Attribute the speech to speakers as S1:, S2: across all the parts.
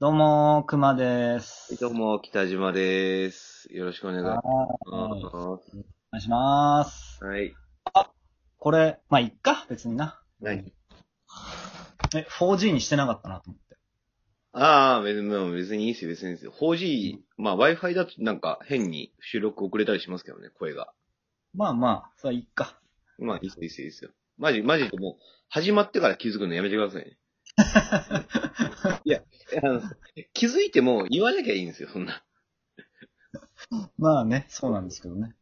S1: どうもー、くまです。
S2: どう
S1: も。
S2: も、北島です。よろしくお願いし
S1: は
S2: ま
S1: ーい。お
S2: す。
S1: 願いします。
S2: はい。
S1: これ、まあ、いっか、別にな。
S2: 何
S1: え、4G にしてなかったなと思って。
S2: ああ、別に、まあ別にいいですよ、別にいいですよ。4G、まあ Wi-Fi だとなんか変に収録遅れたりしますけどね、声が。
S1: まあまあ、それはいっか。
S2: まあ、いいっすよ、いいっすよ、いいっすよ。マジ、マジでもう、始まってから気づくのやめてくださ いね。いや、あの気づいても言わなきゃいいんですよ、そんな。
S1: まあね、そうなんですけどね。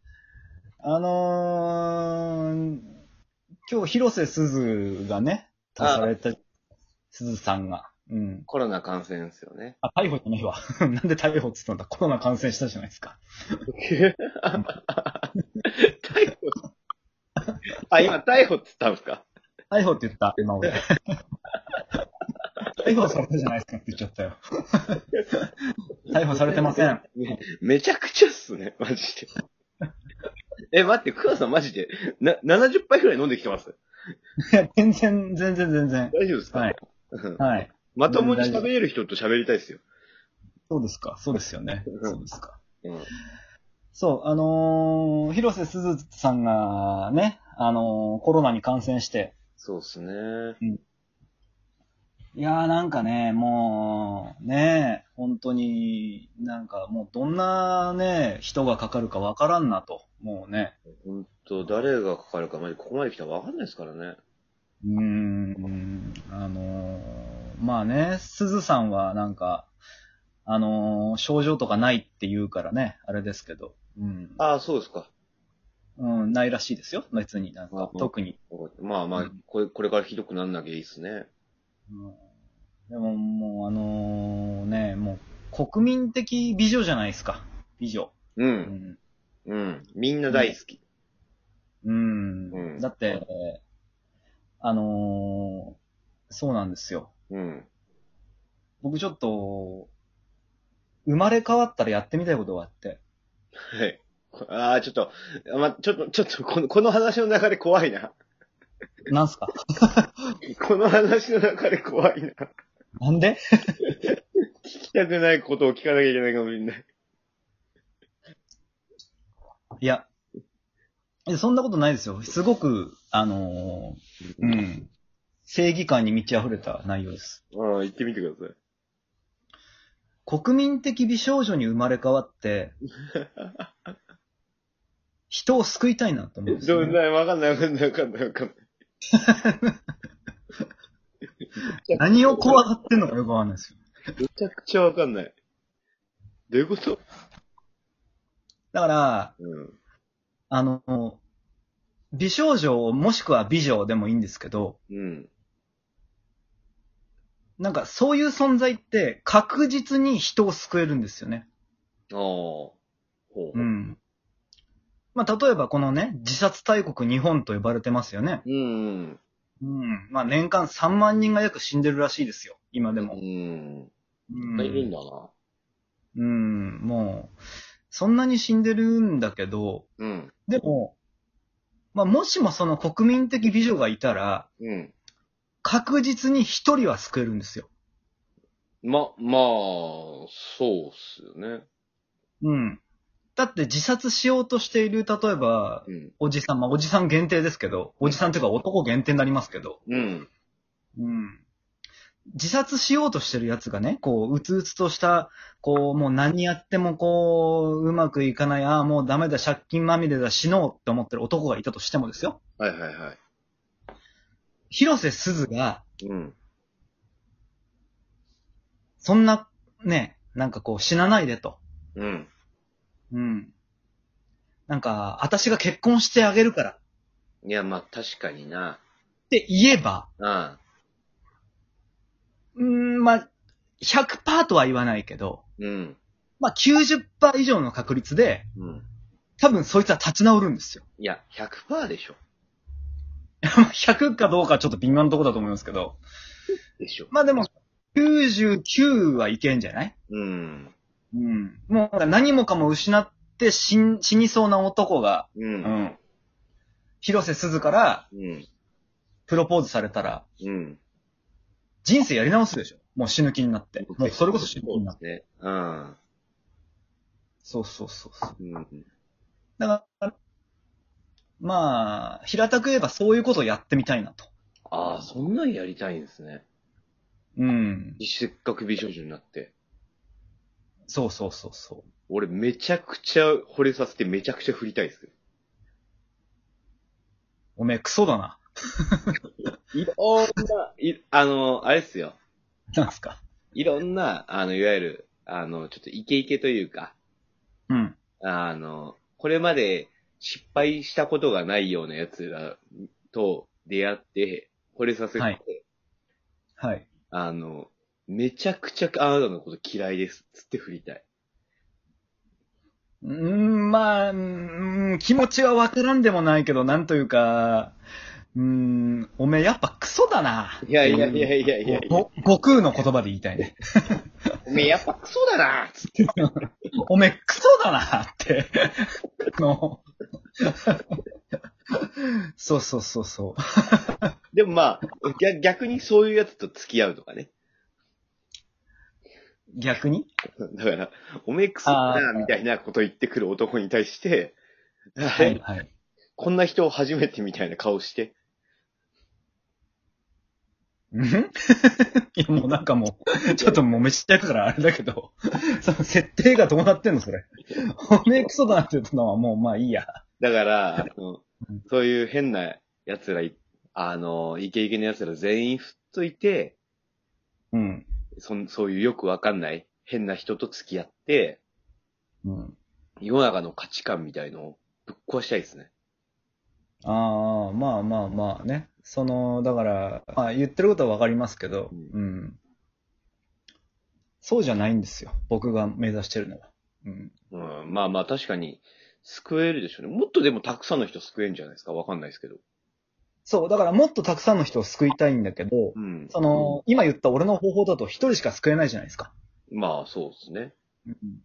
S1: あのー、今日、広瀬すずがね、足された、すずさんが。うん。
S2: コロナ感染ですよ ね。
S1: あ、逮捕じゃないわ。 なんで逮捕っつったんだコロナ感染したじゃないですか。
S2: 逮捕。あ、今、逮捕って言ったんですか
S1: 逮捕って言った、今俺。逮捕されたじゃないですかって言っちゃったよ。逮捕されてません。
S2: め めちゃくちゃっすね、マジで。 え、待って、クワさんマジで、な、70杯くらい飲んできてます
S1: いや、全然、全然、全然。
S2: 大丈夫ですか
S1: はい。はい。
S2: まともに喋れる人と喋りたいですよ。
S1: そうですか。そうですよね。
S2: うん
S1: そうですか。
S2: うん。
S1: そう、あのー広瀬すずさんがね、あのーコロナに感染して、
S2: そうっすね。
S1: いやーなんかね、もう、ね、本当に、なんかもうどんなね、人がかかるかわからんなと、もうね。
S2: ほんと、誰がかかるか、マジここまで来たらわかんないですからね。
S1: うーん、あのーまあね、すずさんはなんか、あのー症状とかないって言うからね、あれですけど、うん。
S2: ああ、そうですか。
S1: うん、ないらしいですよ。別になんか
S2: う、ん
S1: 特に。
S2: まあ
S1: う
S2: まあ
S1: ん、
S2: これ、これからひどくなんなきゃいいっすね。
S1: うんでももう、あのーね、もう、国民的美女じゃないですか。美女。
S2: う。
S1: うんん。
S2: うん。みんな大好き。
S1: うん。
S2: うん
S1: だって、あのーそうなんですよ。
S2: うん。
S1: 僕ちょっと、生まれ変わったらやってみたいことがあって。
S2: はい。ああ、ちょっと、ま、ちょっと、ちょっと、この、この話の流れ怖いな。
S1: なんすか
S2: この話の流れ怖いな。
S1: なんで
S2: 聞きたくないことを聞かなきゃいけないかもしれない。
S1: いや。いやそんなことないですよ。すごく、あのーうん。正義感に満ち溢れた内容です。
S2: ああ、言ってみてください。
S1: 国民的美少女に生まれ変わ って、人を救いたいなと思うんですよ
S2: どう
S1: ね、
S2: なわかんないわかんないわかんないわかんない。
S1: 何を怖がってんのかよくわかんないですよ。
S2: めちゃくちゃわかんない。どういうこと
S1: だから、
S2: うん。
S1: あの、美少女もしくは美女でもいいんですけど、
S2: うん。
S1: なんかそういう存在って確実に人を救えるんですよね。
S2: ああ。ほう。
S1: う。ん。まあ、例えばこのね、自殺大国日本と呼ばれてますよね。
S2: うん。
S1: うん。まあ、年間3万人が約死んでるらしいですよ。今で
S2: う
S1: も。
S2: ん。
S1: うん。
S2: いるんだな。
S1: うん、もう、そんなに死んでるんだけど、
S2: うん。
S1: でも、まあ、もしもその国民的美女がいたら、
S2: うん。
S1: 確実に一人は救えるんですよ。
S2: ま、まあ、そうっすよね。
S1: うん。だって自殺しようとしている、例えば、
S2: うん。
S1: おじさん、まあ、おじさん限定ですけど、おじさんというか男限定になりますけど、
S2: うん。
S1: うん。自殺しようとしてるやつがね、こう、うつうつとした、こう、もう何やってもこう、うまくいかない、ああ、もうダメだ、借金まみれだ、死のうって思ってる男がいたとしてもですよ。
S2: はいはいは
S1: 広瀬すずが、
S2: い。うん。
S1: そんな、ね、なんかこう、死なないでと。
S2: うん。
S1: うん。なんか、私が結婚してあげるからっ
S2: いや、まあ確かにな。
S1: て言えば、
S2: ああ。
S1: うーん、まあ、100%とは言わないけど、
S2: うん。
S1: まあ、90%以上の確率で、
S2: うん。
S1: 多分そいつは立ち直るんですよ。
S2: いや、100%でしょ。
S1: 100かどうかはちょっと微妙なところだと思いますけど。
S2: でしょ。
S1: まあでも、99はいけんじゃない
S2: うん。
S1: うん。もう何もかも失って死ん死にそうな男が、
S2: う。
S1: うんん。広瀬すずから
S2: うん。
S1: プロポーズされたら、
S2: うん。
S1: 人生やり直すでしょ。もう死ぬ気になって。もうそれこそ死ぬ気
S2: そう
S1: に
S2: で
S1: なって。
S2: すね。うん。
S1: そうそうそうそう。
S2: うん。
S1: だから、まあ、平たく言えばそういうことをやってみたいなと。
S2: ああ、そんなんやりたいんですね。
S1: うん。
S2: せっかく美少女になって。
S1: そうそうそうそう。
S2: 俺めちゃくちゃ惚れさせてめちゃくちゃ振りたいですよ。
S1: おめえクソだな。
S2: いろんな、いあの、あれっすよ。
S1: なんすか。
S2: いろんな、あの、いわゆる、あの、ちょっとイケイケというか、
S1: うん。
S2: あの、これまで失敗したことがないようなやつらと出会って、惚れさせて、
S1: はいはい。
S2: あの、めちゃくちゃあなたのこと嫌いです。つって振りたい。
S1: うーん、まあ、うーん気持ちはわからんでもないけど、なんというか、うーん、おめえやっぱクソだな。
S2: いやいやいやいやいやいや。
S1: ご悟空の言葉で言いたいね。
S2: おめえやっぱクソだなつって
S1: おめえクソだなって。あの、そうそうそうそう。
S2: でもまあ、逆逆にそういうやつと付き合うとかね。
S1: 逆に
S2: だから、おめえクソだなみたいなこと言ってくる男に対して、あ
S1: は
S2: れ
S1: いはい。
S2: こんな人を初めてみたいな顔して、
S1: ん いやもうなんかもう、ちょっともう飯だからあれだけど、その設定がどうなってんのそれ。おめえクソだなって言ったのはもうまあいいや。
S2: だから、あの
S1: うん
S2: そういう変な奴らい、あの、イケイケの奴ら全員振っといて、
S1: うん。
S2: そんそういうよくわかんない変な人と付き合って、
S1: うん。
S2: 世の中の価値観みたいのをぶっ壊したいですね。
S1: ああ、まあまあまあね。その、だから、まあ言ってることはわかりますけど、
S2: う
S1: うん。そうじゃないんですよ。僕が目指してるのは。うん。
S2: うん、まあまあ確かに、救えるでしょうね。もっとでもたくさんの人救えるんじゃないですかわかんないですけど。
S1: そう、だからもっとたくさんの人を救いたいんだけど、
S2: うん。
S1: その、今言った俺の方法だと一人しか救えないじゃないですか。
S2: うん、まあそうですね。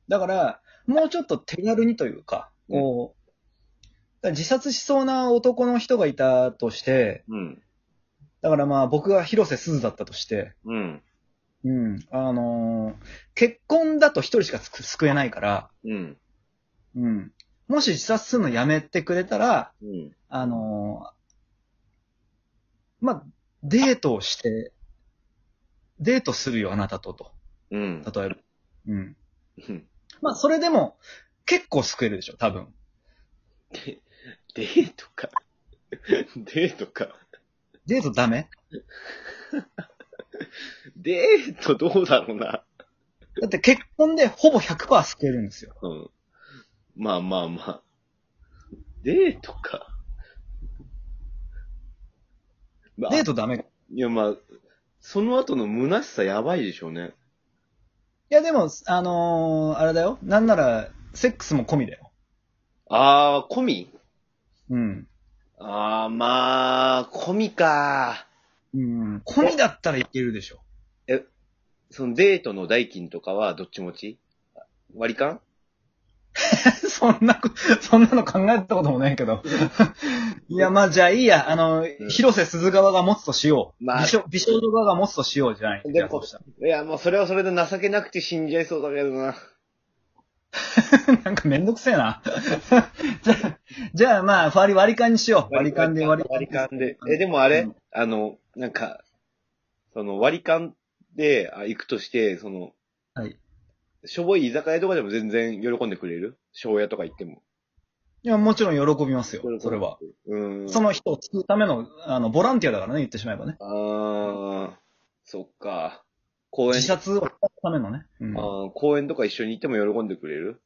S1: だから、もうちょっと手軽にというか、こう、だから自殺しそうな男の人がいたとして、
S2: うん。
S1: だからまあ僕が広瀬すずだったとして、
S2: うん。
S1: うん、あのー結婚だと一人しかつく救えないから、
S2: うん。
S1: うん、もし自殺するのやめてくれたら、
S2: うん。
S1: あのーまあ、デートをして、デートするよ、あなたとと。
S2: うん。
S1: 例えば。うん。
S2: うん
S1: まあ、それでも、結構救えるでしょ、多分。
S2: デートか。 デートか。
S1: デートダメ
S2: デートどうだろうな。
S1: だって結婚でほぼ100%救えるんですよ。
S2: うん。まあまあまあ。デートか。まあ、
S1: デートダメ。い
S2: いやまあ、その後の虚しさやばいでしょうね。
S1: やでも、あのーあれだよ。なんなら、セックスも込みだよ。
S2: あー、込み
S1: うん。
S2: あー、まあ、込みか。
S1: うん。込みだったらいけるでしょ。
S2: そのデートの代金とかはどっち持ち割り勘
S1: そんなこ、そんなの考えたこともないけど。いや、まあじゃあいいや。あの、
S2: うん
S1: 広瀬すず側が持つとしよう。
S2: まあ
S1: 美少美少女側が持つとしようじゃない。
S2: で
S1: い
S2: も
S1: やそうしたら
S2: いや、もうそれはそれで情けなくて死んじゃいそうだけどな。
S1: なんかめんどくせえな。 じゃあ、じゃあまあ、割り割り勘にしよう。割り勘で割り
S2: 割り勘で。え、でもあれ、
S1: うん
S2: あの、なんか、その割り勘であ行くとして、その、
S1: はい。
S2: しょぼい居酒屋とかでも全然喜んでくれる庄屋とか行っても。
S1: いや、もちろん喜びますよ。それは。。
S2: うん。
S1: その人を救うための、あの、ボランティアだからね、言ってしまえばね。
S2: ああ、そっか。公園
S1: 自、殺をしたためのね。うん
S2: あー公園とか一緒に行っても喜んでくれる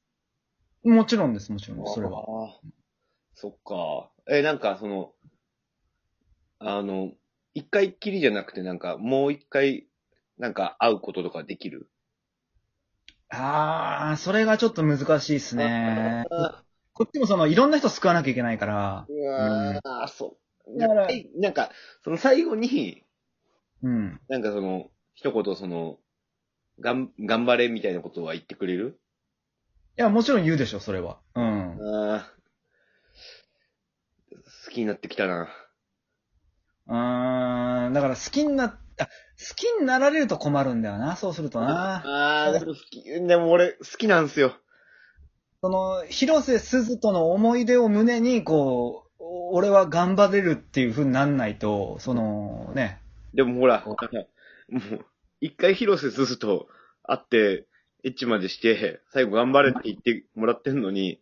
S1: もちろんです、もちろんです、それは。
S2: あーそっか。え、なんかその、あの、一回きりじゃなくて、なんかもう一回、なんか会うこととかできる
S1: ああ、それがちょっと難しいですね。
S2: あ
S1: こっちもその、いろんな人救わなきゃいけないから
S2: ー、うわー、そう。
S1: だから
S2: えなんか、その最後に、
S1: うん。
S2: なんかその、一言その、がん、頑張れみたいなことは言ってくれる
S1: いや、もちろん言うでしょ、それは。うん。
S2: あー好きになってきたな。
S1: うーん、だから好きになっ好きになられると困るんだよな、そうするとな。
S2: ああー、でも好き、でも俺好きなんすよ。
S1: その、広瀬すずとの思い出を胸に、こう、お俺は頑張れるっていう風になんないと、その、ね。
S2: でもほら、
S1: お
S2: もう、一回広瀬すずと会って、エッチまでして、最後頑張れって言ってもらってんのに、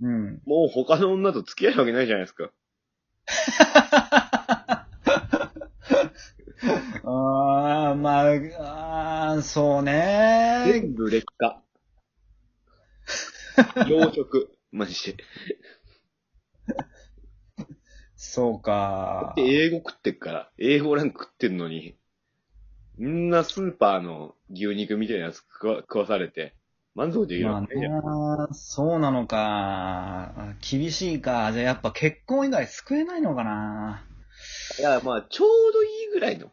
S1: うん。
S2: もう他の女と付き合えるわけないじゃないですか。
S1: ああ、まあ、あーそうね。
S2: 全部劣化。養殖。マジで。
S1: そう
S2: だっ
S1: か
S2: て。英語食ってっから、英語ランク食ってんのに、みんなスーパーの牛肉みたいなやつ食わ食わされて、満足できる
S1: ま
S2: わ
S1: あ
S2: けないじゃん。
S1: ね、そうなのか。厳しいか。じゃあやっぱ結婚以外救えないのかな。
S2: いや、まあ、ちょうどいいぐらいの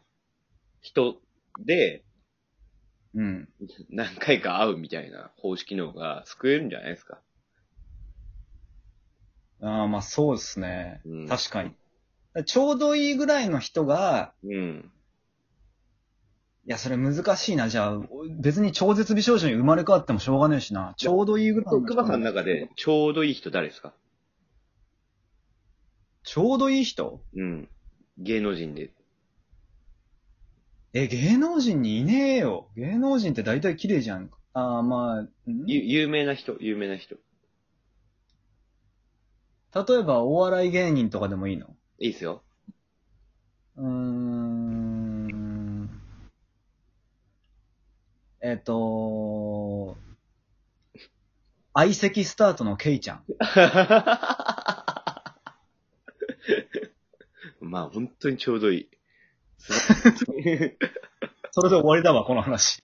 S2: 人で、
S1: うん。
S2: 何回か会うみたいな方式の方が救えるんじゃないですか。
S1: ああ、まあそうですね。
S2: うん
S1: 確かに。ちょうどいいぐらいの人が、
S2: うん。
S1: いや、それ難しいな。じゃあ、別に超絶美少女に生まれ変わってもしょうがねえしな。ちょうどいいぐらいの人
S2: クマさんの中で、ちょうどいい人誰ですか
S1: ちょうどいい人
S2: うん。芸能人で。
S1: え、芸能人にいねえよ。芸能人って大体綺麗じゃん。ああ、まあ、ん
S2: ゆ
S1: 例え
S2: 有名な人、有名な人。
S1: ばお笑い芸人とかでもいいの
S2: いいですよ。
S1: うーん。えっと、相席スタートのケイちゃん。
S2: まあ、本当にちょうどいい。
S1: それで終わりだわ、この話。